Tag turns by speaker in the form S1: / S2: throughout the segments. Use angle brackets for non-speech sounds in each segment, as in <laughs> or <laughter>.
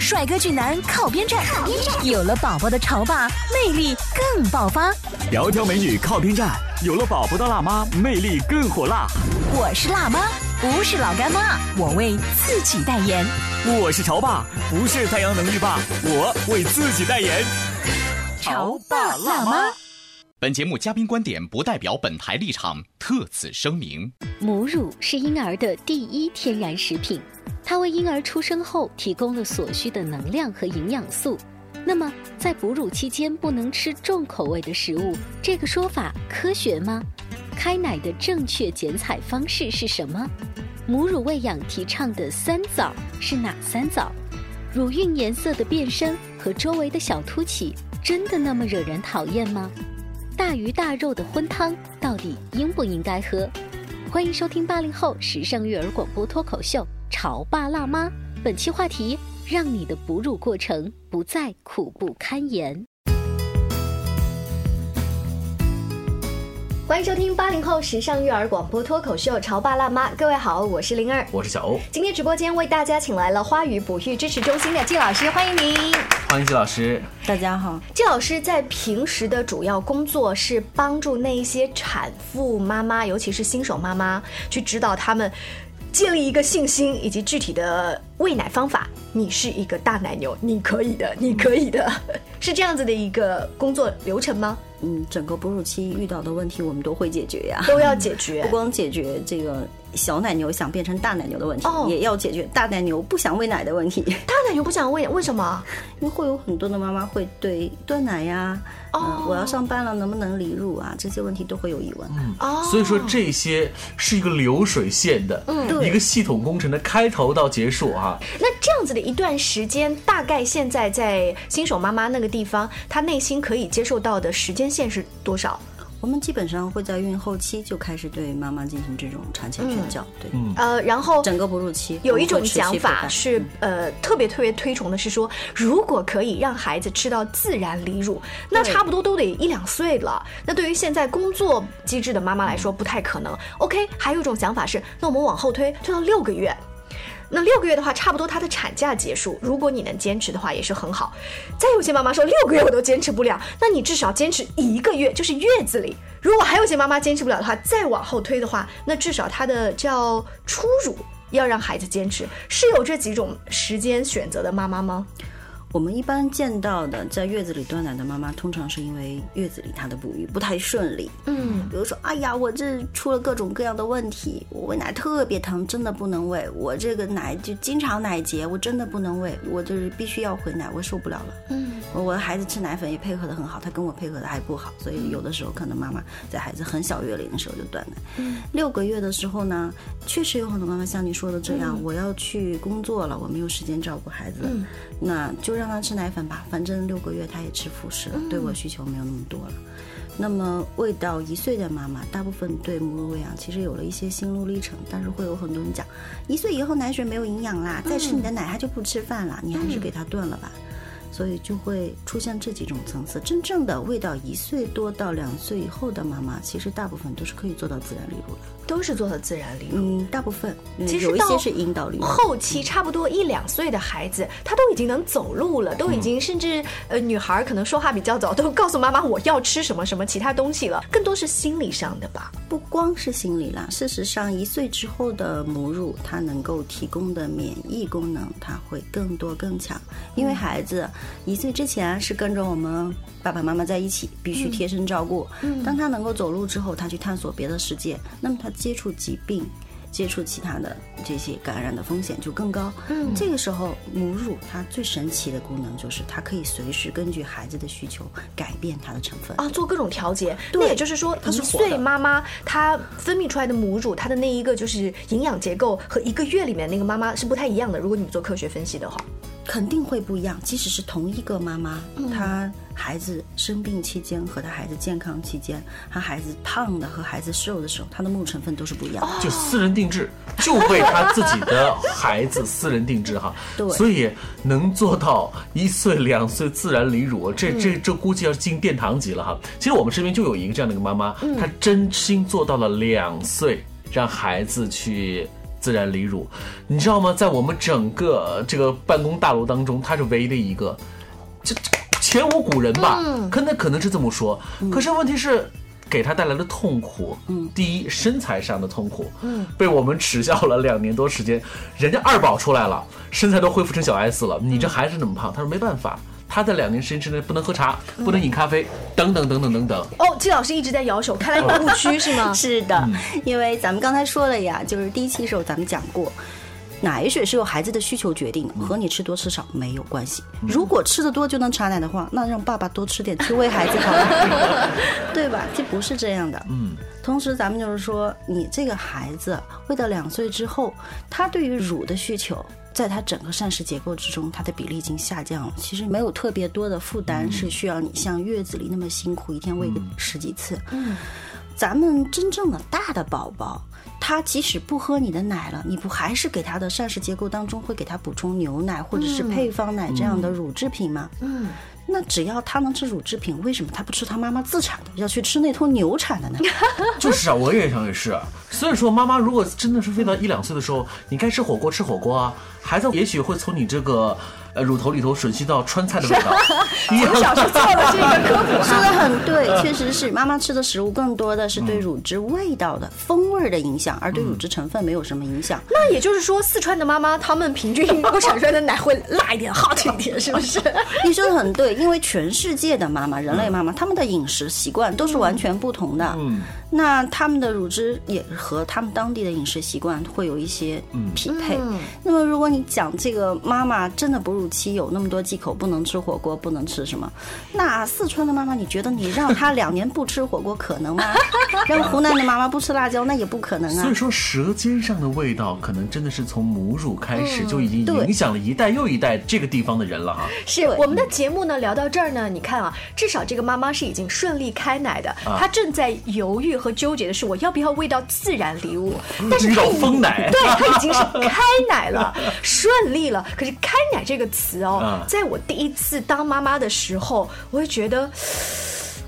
S1: 帅哥俊男靠边站，靠边站。有了宝宝的潮爸魅力更爆发。
S2: 窈窕美女靠边站，有了宝宝的辣妈魅力更火辣。
S1: 我是辣妈，不是老干妈，我为自己代言。
S2: 我是潮爸，不是太阳能浴霸，我为自己代言。
S1: 潮爸辣妈。
S3: 本节目嘉宾观点不代表本台立场，特此声明。
S1: 母乳是婴儿的第一天然食品，它为婴儿出生后提供了所需的能量和营养素。那么，在哺乳期间不能吃重口味的食物，这个说法科学吗？开奶的正确剪彩方式是什么？母乳喂养提倡的三早是哪三早？乳晕颜色的变深和周围的小凸起真的那么惹人讨厌吗？大鱼大肉的荤汤到底应不应该喝？欢迎收听八零后时尚育儿广播脱口秀《潮爸辣妈》，本期话题：让你的哺乳过程不再苦不堪言。
S4: 欢迎收听八零后时尚育儿广播脱口秀《潮爸辣妈》，各位好，我是灵儿。
S2: 我是小欧，
S4: 今天直播间为大家请来了花语哺育支持中心的季老师，欢迎您。
S2: 欢迎季老师。
S5: 大家好，
S4: 季老师在平时的主要工作是帮助那一些产妇妈妈，尤其是新手妈妈，去指导她们建立一个信心以及具体的喂奶方法。你是一个大奶牛，你可以的，你可以的， <laughs> 是这样子的一个工作流程吗？
S5: 嗯，整个哺乳期遇到的问题我们都会解决呀，
S4: <laughs> 都要解决
S5: 不。光解决这个小奶牛想变成大奶牛的问题，
S4: 哦
S5: 也要解决大奶牛不想喂奶的问题， <laughs>
S4: 大奶牛不想喂，为什么？
S5: 因为会有很多的妈妈会对断奶呀、
S4: 哦
S5: 呃我要上班了能不能离乳啊，这些问题都会有疑问。
S4: 哦，
S6: 所以说这些是一个流水线的，
S5: 对
S6: 一个系统工程的开头到结束啊哈、
S4: 那这样子的一段时间，大概现在在新手妈妈那个地方，她内心可以接受到的时间线是多少？
S5: 我们基本上会在孕后期就开始对妈妈进行这种产前宣教，对，
S6: 嗯
S4: 呃，然后
S5: 整个哺乳期
S4: 有一种
S5: 我们会持续
S4: 讲
S5: 陪
S4: 法
S5: 伴
S4: 是
S5: 嗯，
S4: 呃，特别特别推崇的是说，如果可以让孩子吃到自然离乳，那
S5: 对
S4: 差不多都得一两岁了。那对于现在工作机制的妈妈来说，不太可能。OK，还有一种想法是，那我们往后推，推到六个月。那六个月的话，差不多她的产假结束。如果你能坚持的话，也是很好。再有些妈妈说六个月我都坚持不了，那你至少坚持一个月，就是月子里。如果还有些妈妈坚持不了的话，再往后推的话，那至少她的叫初乳要让孩子坚持，是有这几种时间选择的妈妈吗？
S5: 我们一般见到的在月子里断奶的妈妈，通常是因为月子里她的哺育不太顺利，
S4: 嗯，
S5: 比如说，哎呀，我这出了各种各样的问题，我喂奶特别疼，真的不能喂，我这个奶就经常奶结，我真的不能喂，我就是必须要回奶，我受不了了。嗯，我的孩子吃奶粉也配合的很好，他跟我配合的还不好，所以有的时候可能妈妈在孩子很小月龄的时候就断奶。嗯，六个月的时候呢，确实有很多妈妈像你说的这样，我要去工作了，我没有时间照顾孩子，那就让他吃奶粉吧，反正六个月他也吃辅食了，对我需求没有那么多了。那么，喂到一岁的妈妈，大部分对母乳喂养其实有了一些心路历程，但是会有很多人讲，一岁以后奶水没有营养
S4: 嗯
S5: 啦，再吃你的奶它就不吃饭了，你还是给它断了吧。所以就会出现这几种层次。真正的喂到一岁多到两岁以后的妈妈，其实大部分都是可以做到自然离乳的。
S4: 都是做的自然离乳。
S5: 嗯，大部分，嗯
S4: 其实
S5: 有一
S4: 到
S5: 些是引导离乳。
S4: 后期差不多一两岁的孩子，他都已经能走路了，都已经甚至呃，女孩儿可能说话比较早，都告诉妈妈我要吃什么什么其他东西了，更多是心理上的吧。
S5: 不光是心理啦，事实上，一岁之后的母乳，它能够提供的免疫功能，它会更多更强。因为孩子一岁之前是跟着我们爸爸妈妈在一起，必须贴身照顾。当他能够走路之后，他去探索别的世界，那么他接触疾病。接触其他的这些感染的风险就更高。嗯，这个时候母乳它最神奇的功能就是它可以随时根据孩子的需求改变它的成分。
S4: 啊，做各种调节。那也就是说，一
S5: 是活
S4: 岁
S5: 的
S4: 妈妈她分泌出来的母乳，它的那一个就是营养结构和一个月里面那个妈妈是不太一样的。如果你做科学分析的话，
S5: 肯定会不一样。即使是同一个妈妈，她孩子生病期间和她孩子健康期间，她孩子胖的和孩子瘦的时候，她的母乳成分都是不一样的。
S6: 就私人定制，就为他自己的孩子私人定制哈。
S5: 对
S6: 所以能做到一岁两岁自然离乳，这这这估计要进殿堂级了哈。其实我们身边就有一个这样的一个妈妈，她真心做到了两岁让孩子去。自然离乳，你知道吗？在我们整个这个办公大楼当中，她是唯一的一个，这这前无古人吧？可那可能是这么说，可是问题是。给他带来的痛苦，嗯，第一身材上的痛苦，嗯，被我们耻笑了两年多时间，人家二宝出来了，身材都恢复成小 S 了，你这还是那么胖，他说没办法，他在两年时间之内不能喝茶，不能饮咖啡，等等等等等等，
S4: 哦，季老师一直在摇手，看来有误区是吗？
S5: <laughs> 是的，因为咱们刚才说了呀，就是第一期的时候咱们讲过。奶水是由孩子的需求决定的，和你吃多吃少没有关系。如果吃的多就能产奶的话，那让爸爸多吃点去喂孩子好了，对吧？这不是这样的。
S6: 嗯，
S5: 同时，咱们就是说，你这个孩子喂到两岁之后，他对于乳的需求，在他整个膳食结构之中，它的比例已经下降了。其实没有特别多的负担是需要你像月子里那么辛苦，一天喂个十几次。嗯，咱们真正的大的宝宝，他即使不喝你的奶了，你不还是给他的膳食结构当中会给他补充牛奶或者是配方奶这样的乳制品吗？嗯。那只要他能吃乳制品，为什么他不吃他妈妈自产的，要去吃那头牛产 <laughs> 的呢？
S6: <laughs> 就是啊，我也想也是，所以说妈妈如果真的是喂到一两岁的时候，你该吃火锅吃火锅啊，孩子也许会从你这个呃乳头里头吮吸到川菜的味 <laughs> 道，你
S4: 小时候做了这个科普，
S5: 说的很对，确实是妈妈吃的食物更多的是对乳汁味道的风味儿的影响，而对乳汁成分没有什么影响。
S4: 那也就是说，四川的妈妈她们平均如果产出来的奶会辣一点、好吃一点，是不是？
S5: <laughs> 你说的很
S4: 嗯
S5: 对，因为全世界的妈妈，人类妈妈，她们的饮食习惯都是完全不同的。嗯，那她们的乳汁也和她们当地的饮食习惯会有一些匹配。
S4: 嗯
S5: 那么，如果你讲这个妈妈真的哺乳期有那么多忌口，不能吃火锅，不能吃什么，那四川的妈妈，你觉得你让她两年不吃火锅可
S4: <laughs>
S5: 能吗？让湖南的妈妈不吃辣椒，那也不可能啊。
S6: 所以说，舌尖上的味道可能真的是从母乳开始就已经影响了一代又一代这个地方的人了哈。
S4: 是我们的节目呢，聊到这儿呢，你看啊，至少这个妈妈是已经顺利开奶的，
S6: 啊
S4: 她正在犹豫和纠结的是我要不要喂到自然离乳，但是
S6: 嗯遇
S4: 她
S6: 到
S4: 已
S6: 疯奶
S4: <laughs> 对她已经
S6: <laughs>
S4: 是开奶了，顺利了。可是“开奶”这个词哦
S6: 啊，
S4: 在我第一次当妈妈的时候，我会觉得。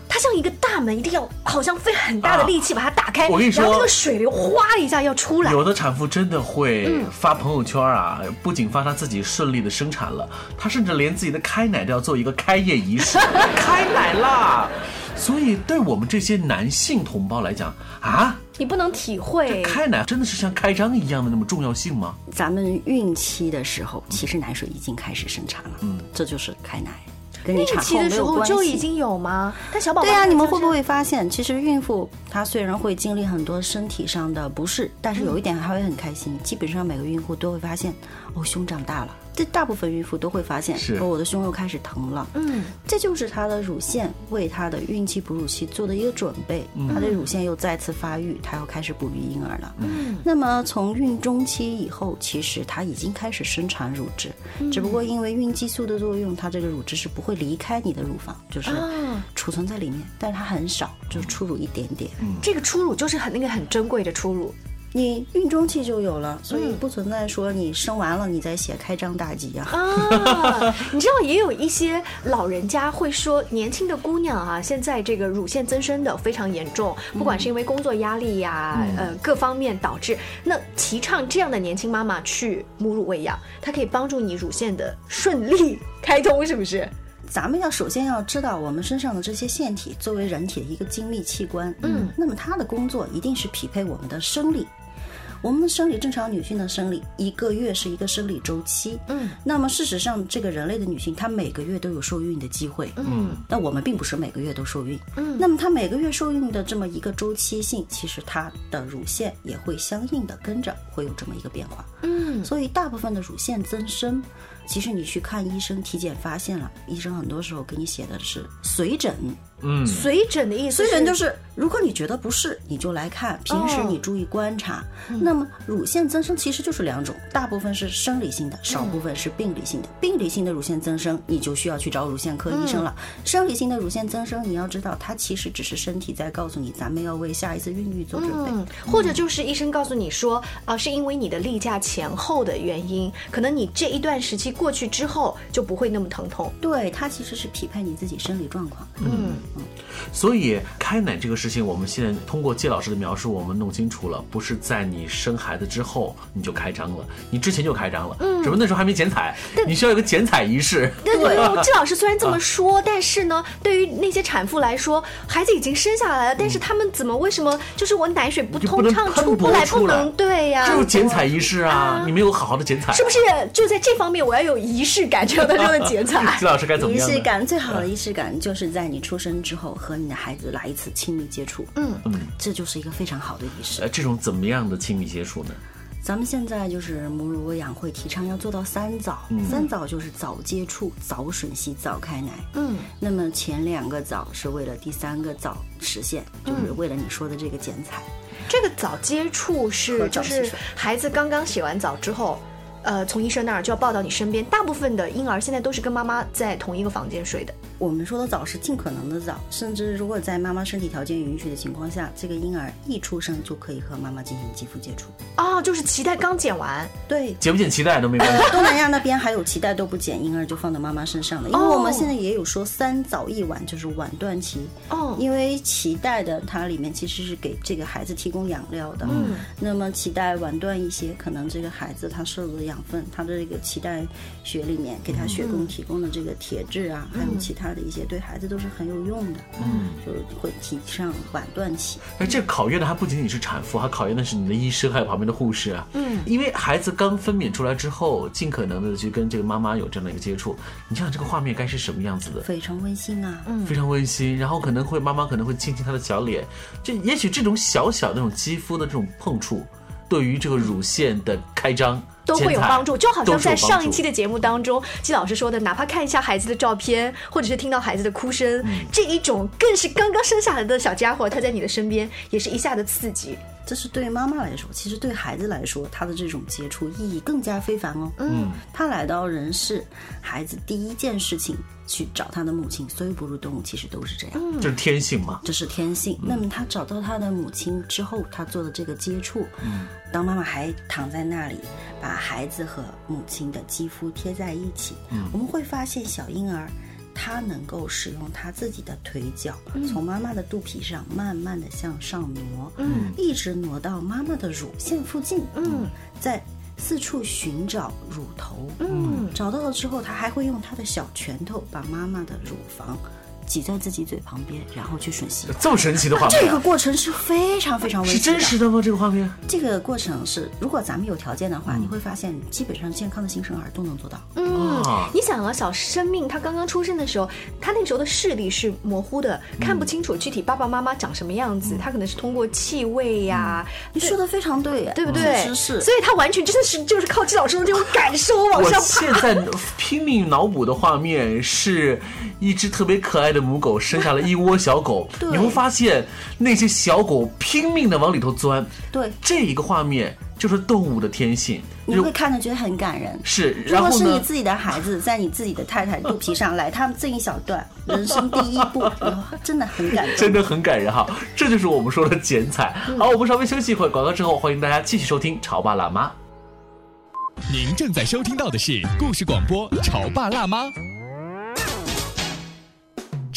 S4: 它像一个大门，一定要好像费很大的力气把它打开，
S6: 啊我跟你
S4: 然后
S6: 说
S4: 那个水流哗一下要出来。
S6: 有的产妇真的会发朋友圈啊，不仅发她自己顺利的生产了，她甚至连自己的开奶都要做一个开业仪式，开奶啦。所以，对我们这些男性同胞来讲啊，
S4: 你不能体会，
S6: 开奶真的是像开张一样的那么重要性吗？
S5: 咱们孕期的时候，其实奶水已经开始生产了，嗯，这就是开奶，跟你
S4: 孕
S5: 产
S4: 期
S5: 后
S4: 的
S5: 没
S4: 时
S5: 有
S4: 候
S5: 关系。
S4: 就已经有吗？但小宝宝
S5: 对啊，
S4: 他
S5: 你们
S4: 就
S5: 会
S4: 是
S5: 不会发现，其实孕妇她虽然会经历很多身体上的不适，但是有一点还会很开心。基本上每个孕妇都会发现，哦，胸长大了。这大部分孕妇都会发现，
S6: 是
S5: 哦，我的胸又开始疼了。
S4: 嗯，
S5: 这就是她的乳腺为她的孕期哺乳期做的一个准备，她的乳腺又再次发育，她要开始哺育婴儿了。嗯，那么从孕中期以后，其实她已经开始生产乳汁，只不过因为孕激素的作用，它这个乳汁是不会离开你的乳房，就是储存在里面，但是它很少，就出乳一点点。
S4: 这个初乳就是很那个很珍贵的初乳，
S5: 你孕中期就有了，所以不存在说你生完了你再写开张大吉啊。
S4: 啊， <laughs> 你知道也有一些老人家会说，年轻的姑娘啊，现在这个乳腺增生的非常严重，不管是因为工作压力呀、呃各方面导致，那提倡这样的年轻妈妈去母乳喂养，它可以帮助你乳腺的顺利开通，是不是？
S5: 咱们要首先要知道，我们身上的这些腺体作为人体的一个精密器官，嗯，那么它的工作一定是匹配我们的生理。我们的生理正常女性的生理一个月是一个生理周期，
S4: 嗯，
S5: 那么事实上，这个人类的女性她每个月都有受孕的机会，
S6: 嗯，
S5: 那我们并不是每个月都受孕，
S4: 嗯
S5: 那么她每个月受孕的这么一个周期性，其实她的乳腺也会相应的跟着会有这么一个变化，
S4: 嗯
S5: 所以大部分的乳腺增生，其实你去看医生体检发现了，医生很多时候给你写的是随诊，
S6: 嗯，
S4: 随诊的意思，
S5: 所以人就是，如果你觉得不是，你就来看。平时你注意观察。那么乳腺增生其实就是两种，大部分是生理性的，少部分是病理性的。病理性的乳腺增生，你就需要去找乳腺科医生了。生理性的乳腺增生，你要知道，它其实只是身体在告诉你，咱们要为下一次孕育做准备。
S4: 嗯，或者就是医生告诉你说，啊、是因为你的例假前后的原因，可能你这一段时期过去之后就不会那么疼痛。
S5: 对，它其实是匹配你自己生理状况。
S4: 嗯
S6: 所以开奶这个事情，我们现在通过季老师的描述，我们弄清楚了，不是在你生孩子之后你就开张了，你之前就开张了，嗯，只不过那时候还没剪彩，你需要有个剪彩仪式。
S4: 但是季老师虽然这
S6: 啊
S4: 么说，但是呢，对于那些产妇来说，孩子已经生下来了，但是他们怎么为什么就是我奶水不
S6: 嗯就不
S4: 通
S6: 能
S4: 畅
S6: 喷
S4: 出不
S6: 薄
S4: 来，
S6: 出
S4: 不
S6: 来
S4: 能对呀、
S6: 这就是剪彩仪式啊！你没有好好的剪彩，
S4: 是不是就在这方面我要有仪式感，这样才能剪彩
S6: <laughs> 季？老师该怎么
S5: 仪
S6: 样呢？
S5: 式感最好的仪式感就是在你出生之后和你的孩子来一次亲密接触。
S4: 嗯
S6: 嗯
S5: 这就是一个非常好的仪式
S6: 呃，。这种怎么样的亲密接触呢？
S5: 咱们现在就是母乳喂养会提倡要做到三早，
S6: 嗯
S5: 三早就是早接触、早吮吸、早开奶。
S4: 嗯，
S5: 那么前两个早是为了第三个早实现，就是为了你说的这个剪彩。
S4: 这个早接触是
S5: 和
S4: 就
S5: 早洗
S4: 是
S5: 手
S4: 孩子刚刚洗完澡之后，呃，从医生那儿就要抱到你身边。大部分的婴儿现在都是跟妈妈在同一个房间睡的。
S5: 我们说的早是尽可能的早，甚至如果在妈妈身体条件允许的情况下，这个婴儿一出生就可以和妈妈进行肌肤接触。
S4: 哦，就是脐带刚剪完，
S5: 对，
S6: 剪不剪脐带都没关系。
S5: 呃东南亚那边还有脐带都不剪，婴儿就放到妈妈身上了。因为我们现在也有说三早一晚，就是晚断脐。
S4: 哦
S5: 因为脐带的它里面其实是给这个孩子提供养料的。嗯，那么脐带晚断一些，可能这个孩子他摄入的养分，他的这个脐带血里面给他血供提供的这个铁质啊，还有其他的一些，对孩子都是很有用的。嗯，就是会提倡晚断脐。
S6: 哎，这考验的还不仅仅是产妇，还考验的是你的医生，还有旁边的护士啊。嗯，因为孩子刚分娩出来之后，尽可能的去跟这个妈妈有这样的一个接触，你想想这个画面该是什么样子的？
S5: 非常温馨啊！
S6: 非常温馨，然后可能会妈妈可能会亲亲她的小脸，这也许这种小小的那种肌肤的这种碰触，对于这个乳腺的开张
S4: 都会有
S6: 剪彩
S4: 帮助。就好
S6: 都
S4: 像
S6: 是有
S4: 在上
S6: 帮
S4: 一
S6: 助
S4: 期的节目当中，季老师说的，哪怕看一下孩子的照片，或者是听到孩子的哭声，
S6: 嗯
S4: 这一种更是刚刚生下来的小家伙，他在你的身边，也是一下的刺激。
S5: 这是对妈妈来说，其实对孩子来说，他的这种接触意义更加非凡哦。嗯，他来到人世，孩子第一件事情去找他的母亲，所有哺乳动物其实都是这样。
S6: 就是天性嘛。
S5: 这是天性。那么他找到他的母亲之后，他做的这个接触，当妈妈还躺在那里，把孩子和母亲的肌肤贴在一起，我们会发现小婴儿。他能够使用他自己的腿脚，从妈妈的肚皮上慢慢的向上挪，一直挪到妈妈的乳腺附近，嗯，在四处寻找乳头，嗯，找到了之后，他还会用他的小拳头把妈妈的乳房挤在自己嘴旁边，然后去吮吸。
S6: 这么神奇的
S4: 啊
S6: 画
S5: 这
S6: 面啊
S5: 个过程是非常非常危
S6: 是
S5: 险
S6: 真实的吗？这个画面？
S5: 这个过程是，如果咱们有条件的
S6: 嗯
S5: 话，你会发现基本上健康的新生儿都能做到。
S4: 嗯
S6: 啊，
S4: 你想啊，小生命他刚刚出生的时候，他那时候的视力是模糊的，
S6: 嗯
S4: 看不清楚具体爸爸妈妈长什么样子，他可能是通过气味呀、
S6: 嗯
S5: 你说的非常对，啊
S4: 对
S6: 哦
S4: 不
S5: 确
S4: 对？
S5: 实是。
S4: 所以他完全真的是就是靠季老师的这种感受往
S6: 我
S4: 上爬。
S6: 现在拼命脑补的画面是一只特别可爱的母狗生下了一窝小
S4: <laughs>
S6: 狗，
S5: 对
S6: 你会发现那些小狗拼命的往里头钻。
S5: 对，
S6: 这一个画面就是动物的天性，
S5: 你会看着觉得很感人。
S6: 是。
S5: 如
S6: 然
S5: 果
S6: 后
S5: 是你
S6: 呢？
S5: 自己的孩子在你自己的太太肚皮上来，他们这一小段人生第一步，
S6: <laughs>
S5: 哇真的很感动
S6: 真。的很感人哈，这就是我们说的剪彩。
S5: 嗯
S6: 好，我们稍微休息一会儿，广告之后欢迎大家继续收听《潮爸辣妈》。
S3: 您正在收听到的是故事广播《潮爸辣妈》。
S1: 《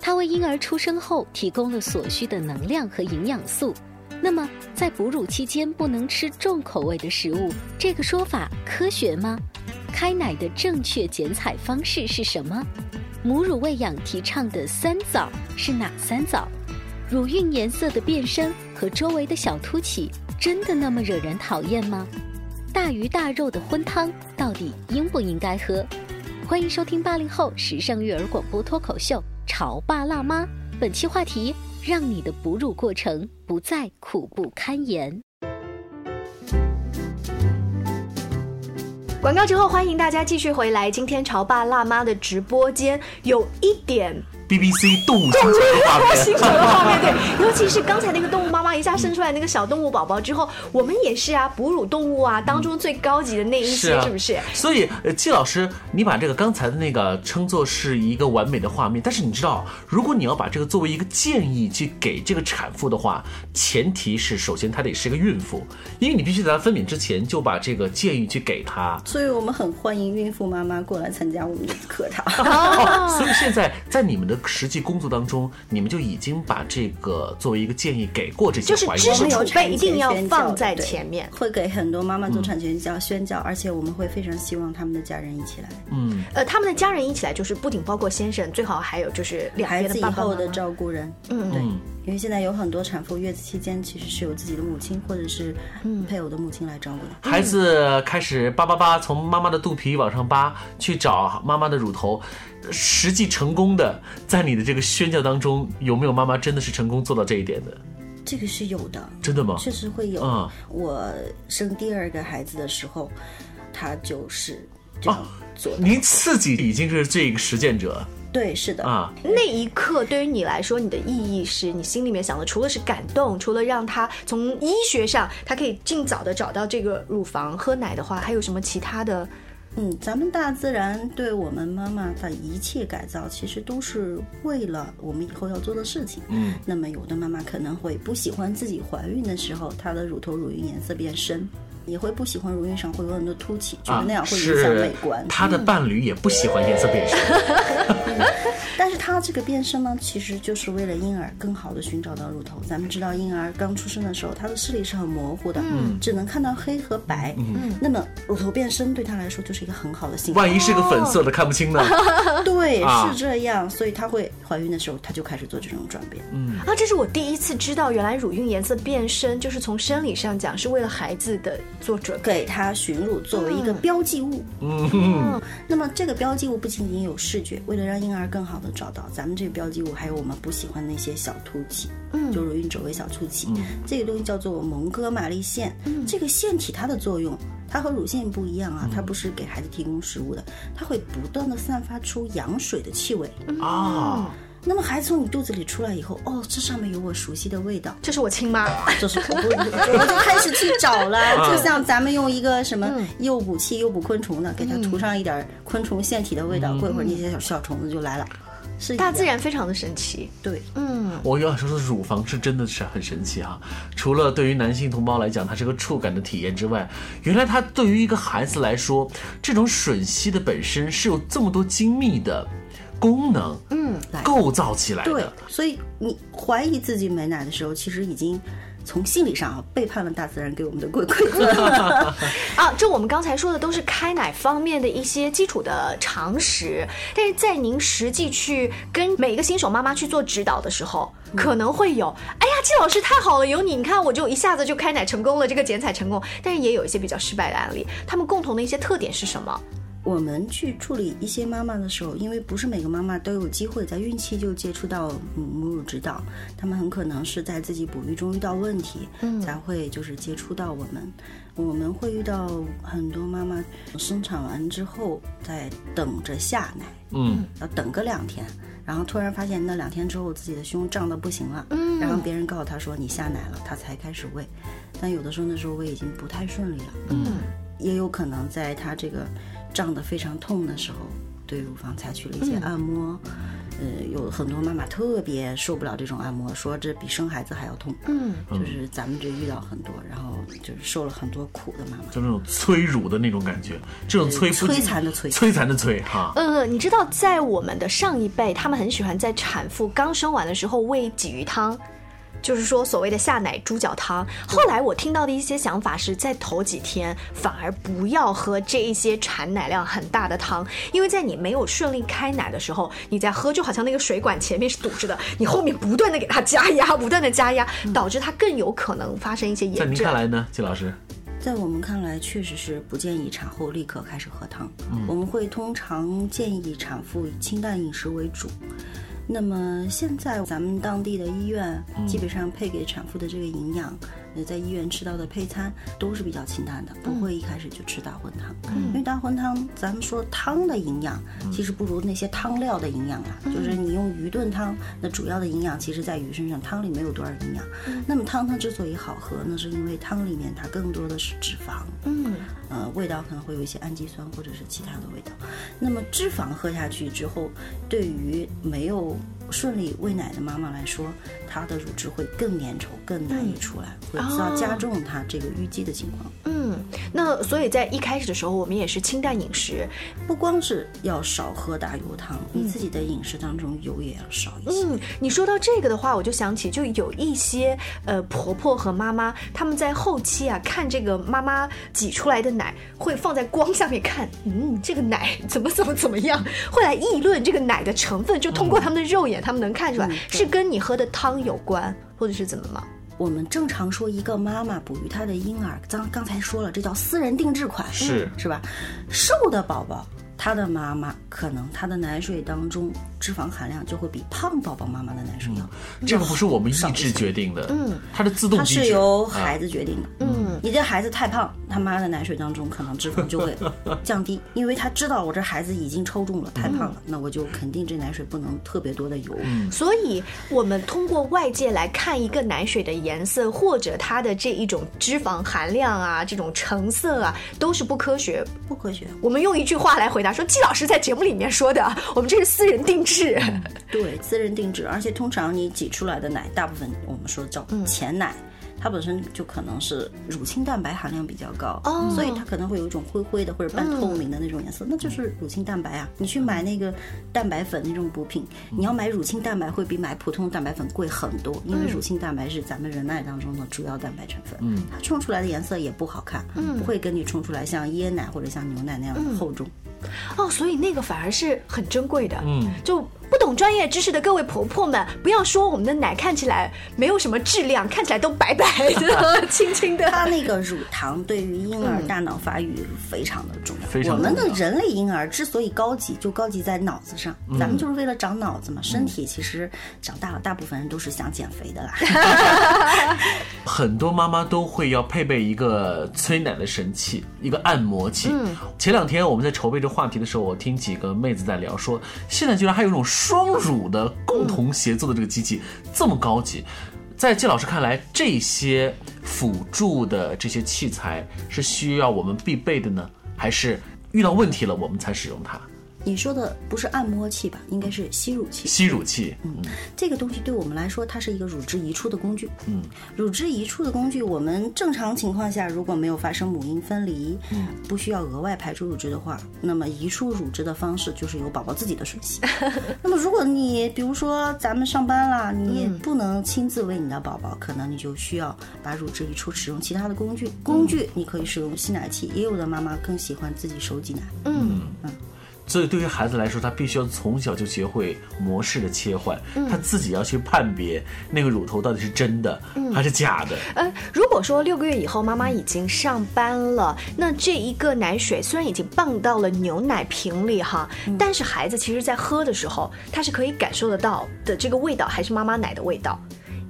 S1: 它为婴儿出生后提供了所需的能量和营养素。那么，在哺乳期间不能吃重口味的食物，这个说法科学吗？开奶的正确减采方式是什么？母乳喂养提倡的三早是哪三早？乳晕颜色的变深和周围的小凸起，真的那么惹人讨厌吗？大鱼大肉的荤汤到底应不应该喝？欢迎收听八零后时尚育儿广播脱口秀《潮爸辣妈》，本期话题：让你的哺乳过程不再苦不堪言。
S4: 广告之后，欢迎大家继续回来。今天潮爸辣妈的直播间有一点
S6: BBC 动物星球的画
S4: 辛
S6: 面
S4: 苦。的画面，
S6: <laughs>
S4: 对，尤其是刚才那个动物妈妈一下生出来那个小动物宝宝之后，我们也是啊，哺乳动物啊当中最高级的那一
S6: 嗯是
S4: 些，
S6: 啊
S4: 是不是？
S6: 所以，呃，季老师，你把这个刚才的那个称作是一个完美的画面，但是你知道，如果你要把这个作为一个建议去给这个产妇的话，前提是首先她得是个孕妇，因为你必须在她分娩之前就把这个建议去给她。
S5: 所以我们很欢迎孕妇妈妈过来参加我们的课堂。
S6: 哦， <laughs> 所以现在在你们的实际工作当中，你们就已经把这个作为一个建议给过这些
S4: 就是
S6: 怀孕
S4: 知识
S6: 的
S4: 储
S6: 人
S4: 备一定要放在前面。
S5: 会给很多妈妈做产权教宣教，而且我们会非常希望他们的家人一起来，
S6: 嗯，
S4: 呃，他们的家人一起来，就是不仅包括先生，最好还有就是两
S5: 孩
S4: 边
S5: 子
S4: 的
S5: 以
S4: 爸爸妈
S5: 后
S4: 妈
S5: 的。照顾人。
S4: 嗯
S5: 对，因为现在有很多产妇月子期间其实是有自己的母亲或者是
S4: 嗯
S5: 配偶的母亲来照顾的。
S6: 孩子开始扒扒扒，从妈妈的肚皮往上扒，去找妈妈的乳头。实际成功的，在你的这个宣教当中，有没有妈妈真的是成功做到这一点的？
S5: 这个是有的，
S6: 真的吗？
S5: 确实会有。
S6: 啊
S5: 我生第二个孩子的时候，他就是这样做的。
S6: 您自己已经是这个实践者
S5: 对，是的。
S6: 啊，
S4: 那一刻对于你来说，你的意义是你心里面想的，除了是感动，除了让他从医学上他可以尽早的找到这个乳房喝奶的话，还有什么其他的？
S5: 嗯，咱们大自然对我们妈妈的一切改造，其实都是为了我们以后要做的事情。
S6: 嗯，
S5: 那么有的妈妈可能会不喜欢自己怀孕的时候，她的乳头乳晕颜色变深，也会不喜欢乳晕上会有很多凸起，觉
S6: 啊
S5: 得那样会影响
S6: 是
S5: 美观。嗯
S6: 他的伴侣也不喜欢颜色变深。
S5: 但是它这个变声呢，其实就是为了婴儿更好的寻找到乳头。咱们知道，婴儿刚出生的时候，他的视力是很模糊的，
S6: 嗯
S5: 只能看到黑和白。嗯，那么乳头变深对他来说就是一个很好的信号。
S6: 万一是个粉色的，看不
S5: <laughs>
S6: 清呢？
S5: 对，
S6: 啊
S5: 是这样，所以她会怀孕的时候，她就开始做这种转变。
S4: 啊，这是我第一次知道，原来乳晕颜色变深，就是从生理上讲是为了孩子的做准备。
S5: 给它寻乳作为一个标记物。嗯， <laughs> 那么这个标记物不仅仅有视觉，为了让婴儿更好的找到，咱们这个标记物还有我们不喜欢的那些小凸起，嗯，就乳晕周围小凸起，这个东西叫做蒙哥马利腺。这个腺体它的作用，它和乳腺不一样啊，它不是给孩子提供食物的，它会不断的散发出羊水的气味。
S6: 啊，
S5: 那么孩子从你肚子里出来以后，哦，这上面有我熟悉的味道。
S4: 这是我亲妈， <laughs>
S5: 就是我不我就开始去找了，就像咱们用一个什么
S4: 嗯
S5: 诱捕器、诱捕昆虫的，给它涂上一点儿昆虫腺体的味道，过一会儿那些小小虫子就来了。是一
S4: 嗯
S5: 样
S4: 大自然非常的神奇。嗯
S5: 对，
S6: 我要说的乳房是真的是很神奇哈、除了对于男性同胞来讲，它是个触感的体验之外，原来它对于一个孩子来说，这种吮吸的本身是有这么多精密的功能，嗯，构造起来的。
S5: 对，所以你怀疑自己没奶的时候，其实已经从心理上啊背叛了大自然给我们的规规则。
S4: 啊，这我们刚才说的都是开奶方面的一些基础的常识，但是在您实际去跟每一个新手妈妈去做指导的时候，可能会有，哎呀，季老师太好了，有你，你看我就一下子就开奶成功了，这个剪彩成功，但是也有一些比较失败的案例，他们共同的一些特点是什么？
S5: 我们去处理一些妈妈的时候，因为不是每个妈妈都有机会在孕期就接触到母母乳指导，她们很可能是在自己哺育中遇到问题，才会就是接触到我们。我们会遇到很多妈妈生产完之后在等着下奶，
S6: 嗯，
S5: 要等个两天，然后突然发现那两天之后自己的胸胀的不行了，然后别人告诉她说你下奶了，她才开始喂，但有的时候那时候喂已经不太顺利了，嗯，也有可能在她这个胀得非常痛的时候，对乳房采取了一些按摩。呃，有很多妈妈特别受不了这种按摩，说这比生孩子还要痛。嗯，就是咱们这遇到很多，然后就是受了很多苦的妈妈。
S6: 就那种催乳的那种感觉，这种催不
S5: 摧残的摧
S6: 摧残的催哈。
S4: 呃，你知道，在我们的上一辈，他们很喜欢在产妇刚生完的时候喂鲫鱼汤，就是说所谓的下奶猪脚汤。后来我听到的一些想法是，在头几天反而不要喝这一些产奶量很大的汤，因为在你没有顺利开奶的时候，你在喝，就好像那个水管前面是堵着的，你后面不断的给它加压， <laughs> 不断的加压，导致它更有可能发生一些
S6: 在
S4: 炎
S6: 您
S4: 症
S6: 看。来呢，季老师？
S5: 在我们看来，确实是不建议产后立刻开始喝汤。我们会通常建议产妇以清淡饮食为主。那么现在咱们当地的医院基本上配给产妇的这个营养，呃，在医院吃到的配餐都是比较清淡的，不会一开始就吃大荤汤，因为大荤汤咱们说汤的营养其实不如那些汤料的营养啦，就是你用鱼炖汤，那主要的营养其实在鱼身上，汤里没有多少营养。那么汤它之所以好喝，那是因为汤里面它更多的是脂肪，嗯，呃，味道可能会有一些氨基酸或者是其他的味道。那么脂肪喝下去之后，对于没有顺利喂奶的妈妈来说，她的乳汁会更粘稠，更难以出来，会加加重她这个淤积的情况。
S4: 嗯，那所以在一开始的时候，我们也是清淡饮食，
S5: 不光是要少喝大油汤，你自己的饮食当中油也要少一些。
S4: 嗯，你说到这个的话，我就想起就有一些呃婆婆和妈妈，她们在后期啊看这个妈妈挤出来的奶，会放在光下面看，嗯，这个奶怎么怎么怎么样， <laughs> 会来议论这个奶的成分，就通过他们的肉眼，他们能看出来、是跟你喝的汤有关，或者是怎么吗？
S5: 我们正常说一个妈妈哺育她的婴儿，刚刚才说了，这叫私人定制款，
S6: 是
S5: 是吧？瘦的宝宝，她的妈妈可能她的奶水当中脂肪含量就会比胖宝宝妈妈的奶水要高，
S6: 这个不是我们意
S5: 上一
S6: 志
S5: 层
S6: 决定的，嗯，它是自动
S5: 它
S6: 机制，
S5: 是由
S6: 啊
S5: 孩子决定的。嗯，你这孩子太胖，他妈的奶水当中可能脂肪就会降低，因为他知道我这孩子已经抽中了，太
S6: 嗯
S5: 胖了，那我就肯定这奶水不能特别多的油。
S4: 所以，我们通过外界来看一个奶水的颜色，或者它的这一种脂肪含量啊，这种成色啊，都是不科学。
S5: 不科学。
S4: 我们用一句话来回答说，季老师在节目里面说的， <laughs> 我们这是私人定制。
S5: 对，私人定制，而且通常你挤出来的奶，大部分我们说叫前奶。它本身就可能是乳清蛋白含量比较高，
S4: 哦
S5: 所以它可能会有一种灰灰的或者半透明的那种颜色，那就是乳清蛋白啊。你去买那个蛋白粉那种补品，你要买乳清蛋白会比买普通蛋白粉贵很多，因为乳清蛋白是咱们人奶当中的主要蛋白成分，它冲出来的颜色也不好看，不会跟你冲出来像椰奶或者像牛奶那样的厚重。
S4: 哦，所以那个反而是很珍贵的。
S6: 嗯，
S4: 就不懂专业知识的各位婆婆们，不要说我们的奶看起来没有什么质量，看起来都白白 <laughs> 的、青青的。
S5: 它那个乳糖对于婴儿大脑发育非常的重要。
S6: 非常
S5: 我们
S6: 重
S5: 的
S6: 要
S5: 人类婴儿之所以高级，就高级在脑子上，
S6: 嗯
S5: 咱们就是为了长脑子嘛。身体其实长大了，大部分人都是想减肥的啦。 <laughs>
S6: 很多妈妈都会要配备一个催奶的神器，一个按摩器。前两天我们在筹备这话题的时候，我听几个妹子在聊说，现在居然还有一种双乳的共同协作的这个机器，这么高级。在季老师看来，这些辅助的这些器材是需要我们必备的呢，还是遇到问题了我们才使用它？
S5: 你说的不是按摩器吧？应该是吸乳器。
S6: 吸乳器，
S5: 这个东西对我们来说，它是一个乳汁移出的工具。嗯，乳汁移出的工具，我们正常情况下如果没有发生母婴分离，嗯，不需要额外排出乳汁的话，那么移出乳汁的方式就是由宝宝自己的吮 <laughs> 吸。那么如果你比如说咱们上班啦，你不能亲自喂你的宝宝，可能你就需要把乳汁移出，使用其他的工具。工具你可以使用吸奶器，也有的妈妈更喜欢自己手挤奶。
S6: 嗯，所以对于孩子来说，他必须要从小就学会模式的切换，他自己要去判别那个乳头到底是真的还是假的。
S4: 呃，如果说六个月以后妈妈已经上班了，那这一个奶水虽然已经棒到了牛奶瓶里哈，但是孩子其实在喝的时候，他是可以感受得到的，这个味道还是妈妈奶的味道。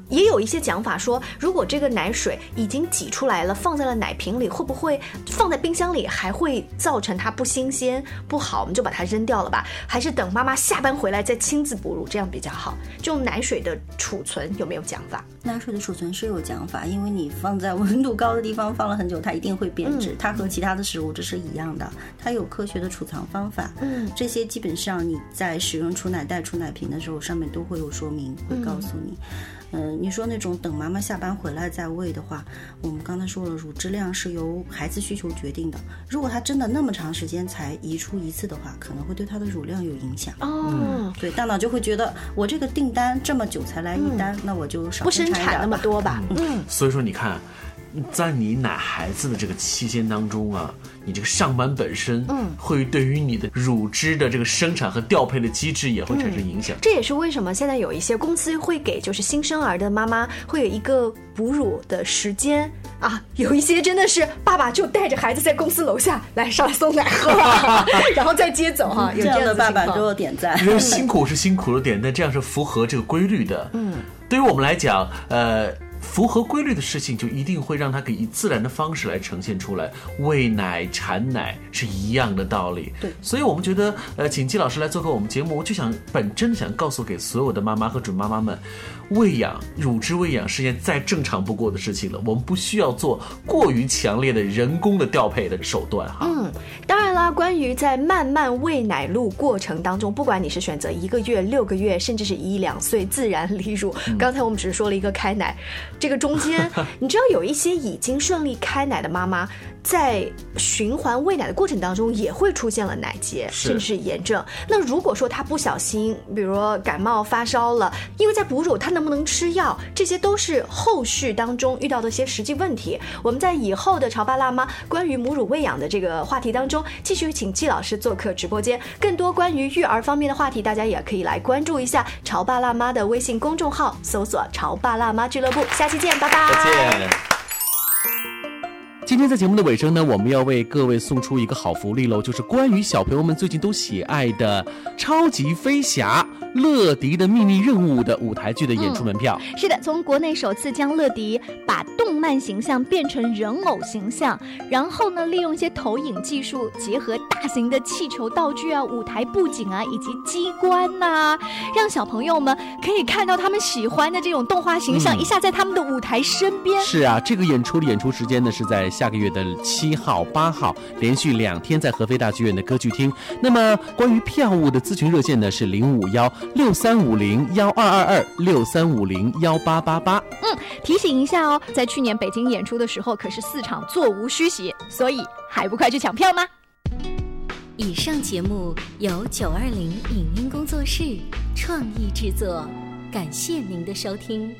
S4: 也有一些讲法说，如果这个奶水已经挤出来了，放在了奶瓶里，会不会放在冰箱里还会造成它不新鲜不好？我们就把它扔掉了吧？还是等妈妈下班回来再亲自哺乳，这样比较好？这种奶水的储存有没有讲法？
S5: 奶水的储存是有讲法，因为你放在温度高的地方放了很久，它一定会变
S4: 嗯
S5: 质。它和其他的食物这是一样的，它有科学的储藏方法。
S4: 嗯，
S5: 这些基本上你在使用储奶袋、储奶瓶的时候，上面都会有说明，会告诉你。嗯、你说那种等妈妈下班回来再喂的话，我们刚才说了，乳质量是由孩子需求决定的。如果他真的那么长时间才移出一次的话，可能会对他的乳量有影响。
S4: 哦，
S5: 对，大脑就会觉得我这个订单这么久才来一单，那我就
S4: 嗯
S5: 少
S4: 不生
S5: 产一
S4: 产那
S5: 点
S4: 么
S5: 吧。
S4: 多吧？嗯，
S6: 所以说，你看，在你奶孩子的这个期间当中啊，你这个上班本身，嗯，会对于你的乳汁的这个生产和调配的机制也会产生影响。
S4: 这也是为什么现在有一些公司会给就是新生儿的妈妈会有一个哺乳的时间啊，有一些真的是爸爸就带着孩子在公司楼下来上来送奶喝、 <laughs> 啊，然后再接走哈、有
S5: 这样的
S4: 的
S5: 爸爸
S4: 情
S5: 给
S4: 况
S5: 我点赞。
S6: 因为辛苦是辛苦了点，但这样是符合这个规律的。嗯，对于我们来讲，呃。符合规律的事情，就一定会让它可以以自然的方式来呈现出来。喂奶、产奶是一样的道理。
S5: 对
S6: 所以我们觉得，呃，请季老师来做客我们节目，我就想本真的想告诉给所有的妈妈和准妈妈们，喂养乳汁喂养是件再正常不过的事情了。我们不需要做过于强烈的人工的调配的手段哈。
S4: 嗯，当然啦，关于在慢慢喂奶路过程当中，不管你是选择一个月、六个月，甚至是一两岁自然离乳，刚才我们只是说了一个开奶，这个中间，你知道有一些已经顺利开奶的妈妈，在循环喂奶的过程当中，也会出现了奶结，
S6: 是
S4: 甚至是炎症。那如果说她不小心，比如说感冒发烧了，因为在哺乳，她能不能吃药，这些都是后续当中遇到的一些实际问题。我们在以后的潮爸辣妈关于母乳喂养的这个话题当中，继续请季老师做客直播间，更多关于育儿方面的话题，大家也可以来关注一下潮爸辣妈的微信公众号，搜索“潮爸辣妈俱乐部”。下期见，拜拜。
S6: 再见。今天在节目的尾声呢，我们要为各位送出一个好福利喽，就是关于小朋友们最近都喜爱的《超级飞侠：乐迪的秘密任务》的舞台剧的演出门票。
S4: 嗯
S7: 是的，从国内首次将乐迪把动漫形象变成人偶形象，然后呢，利用一些投影技术，结合大型的气球道具啊、舞台布景啊以及机关呐、让小朋友们可以看到他们喜欢的这种动画形象，
S6: 嗯
S7: 一下在他们的舞台身边。
S6: 是啊，这个演出的演出时间呢是在下个月的七号、八号，连续两天在合肥大剧院的歌剧厅。那么关于票务的咨询热线呢是零五幺六三五零幺二二二六三五零幺八八八。
S7: 提醒一下哦，在去年北京演出的时候，可是四场座无虚席，所以还不快去抢票吗？
S1: 以上节目由九二零影音工作室创意制作，感谢您的收听。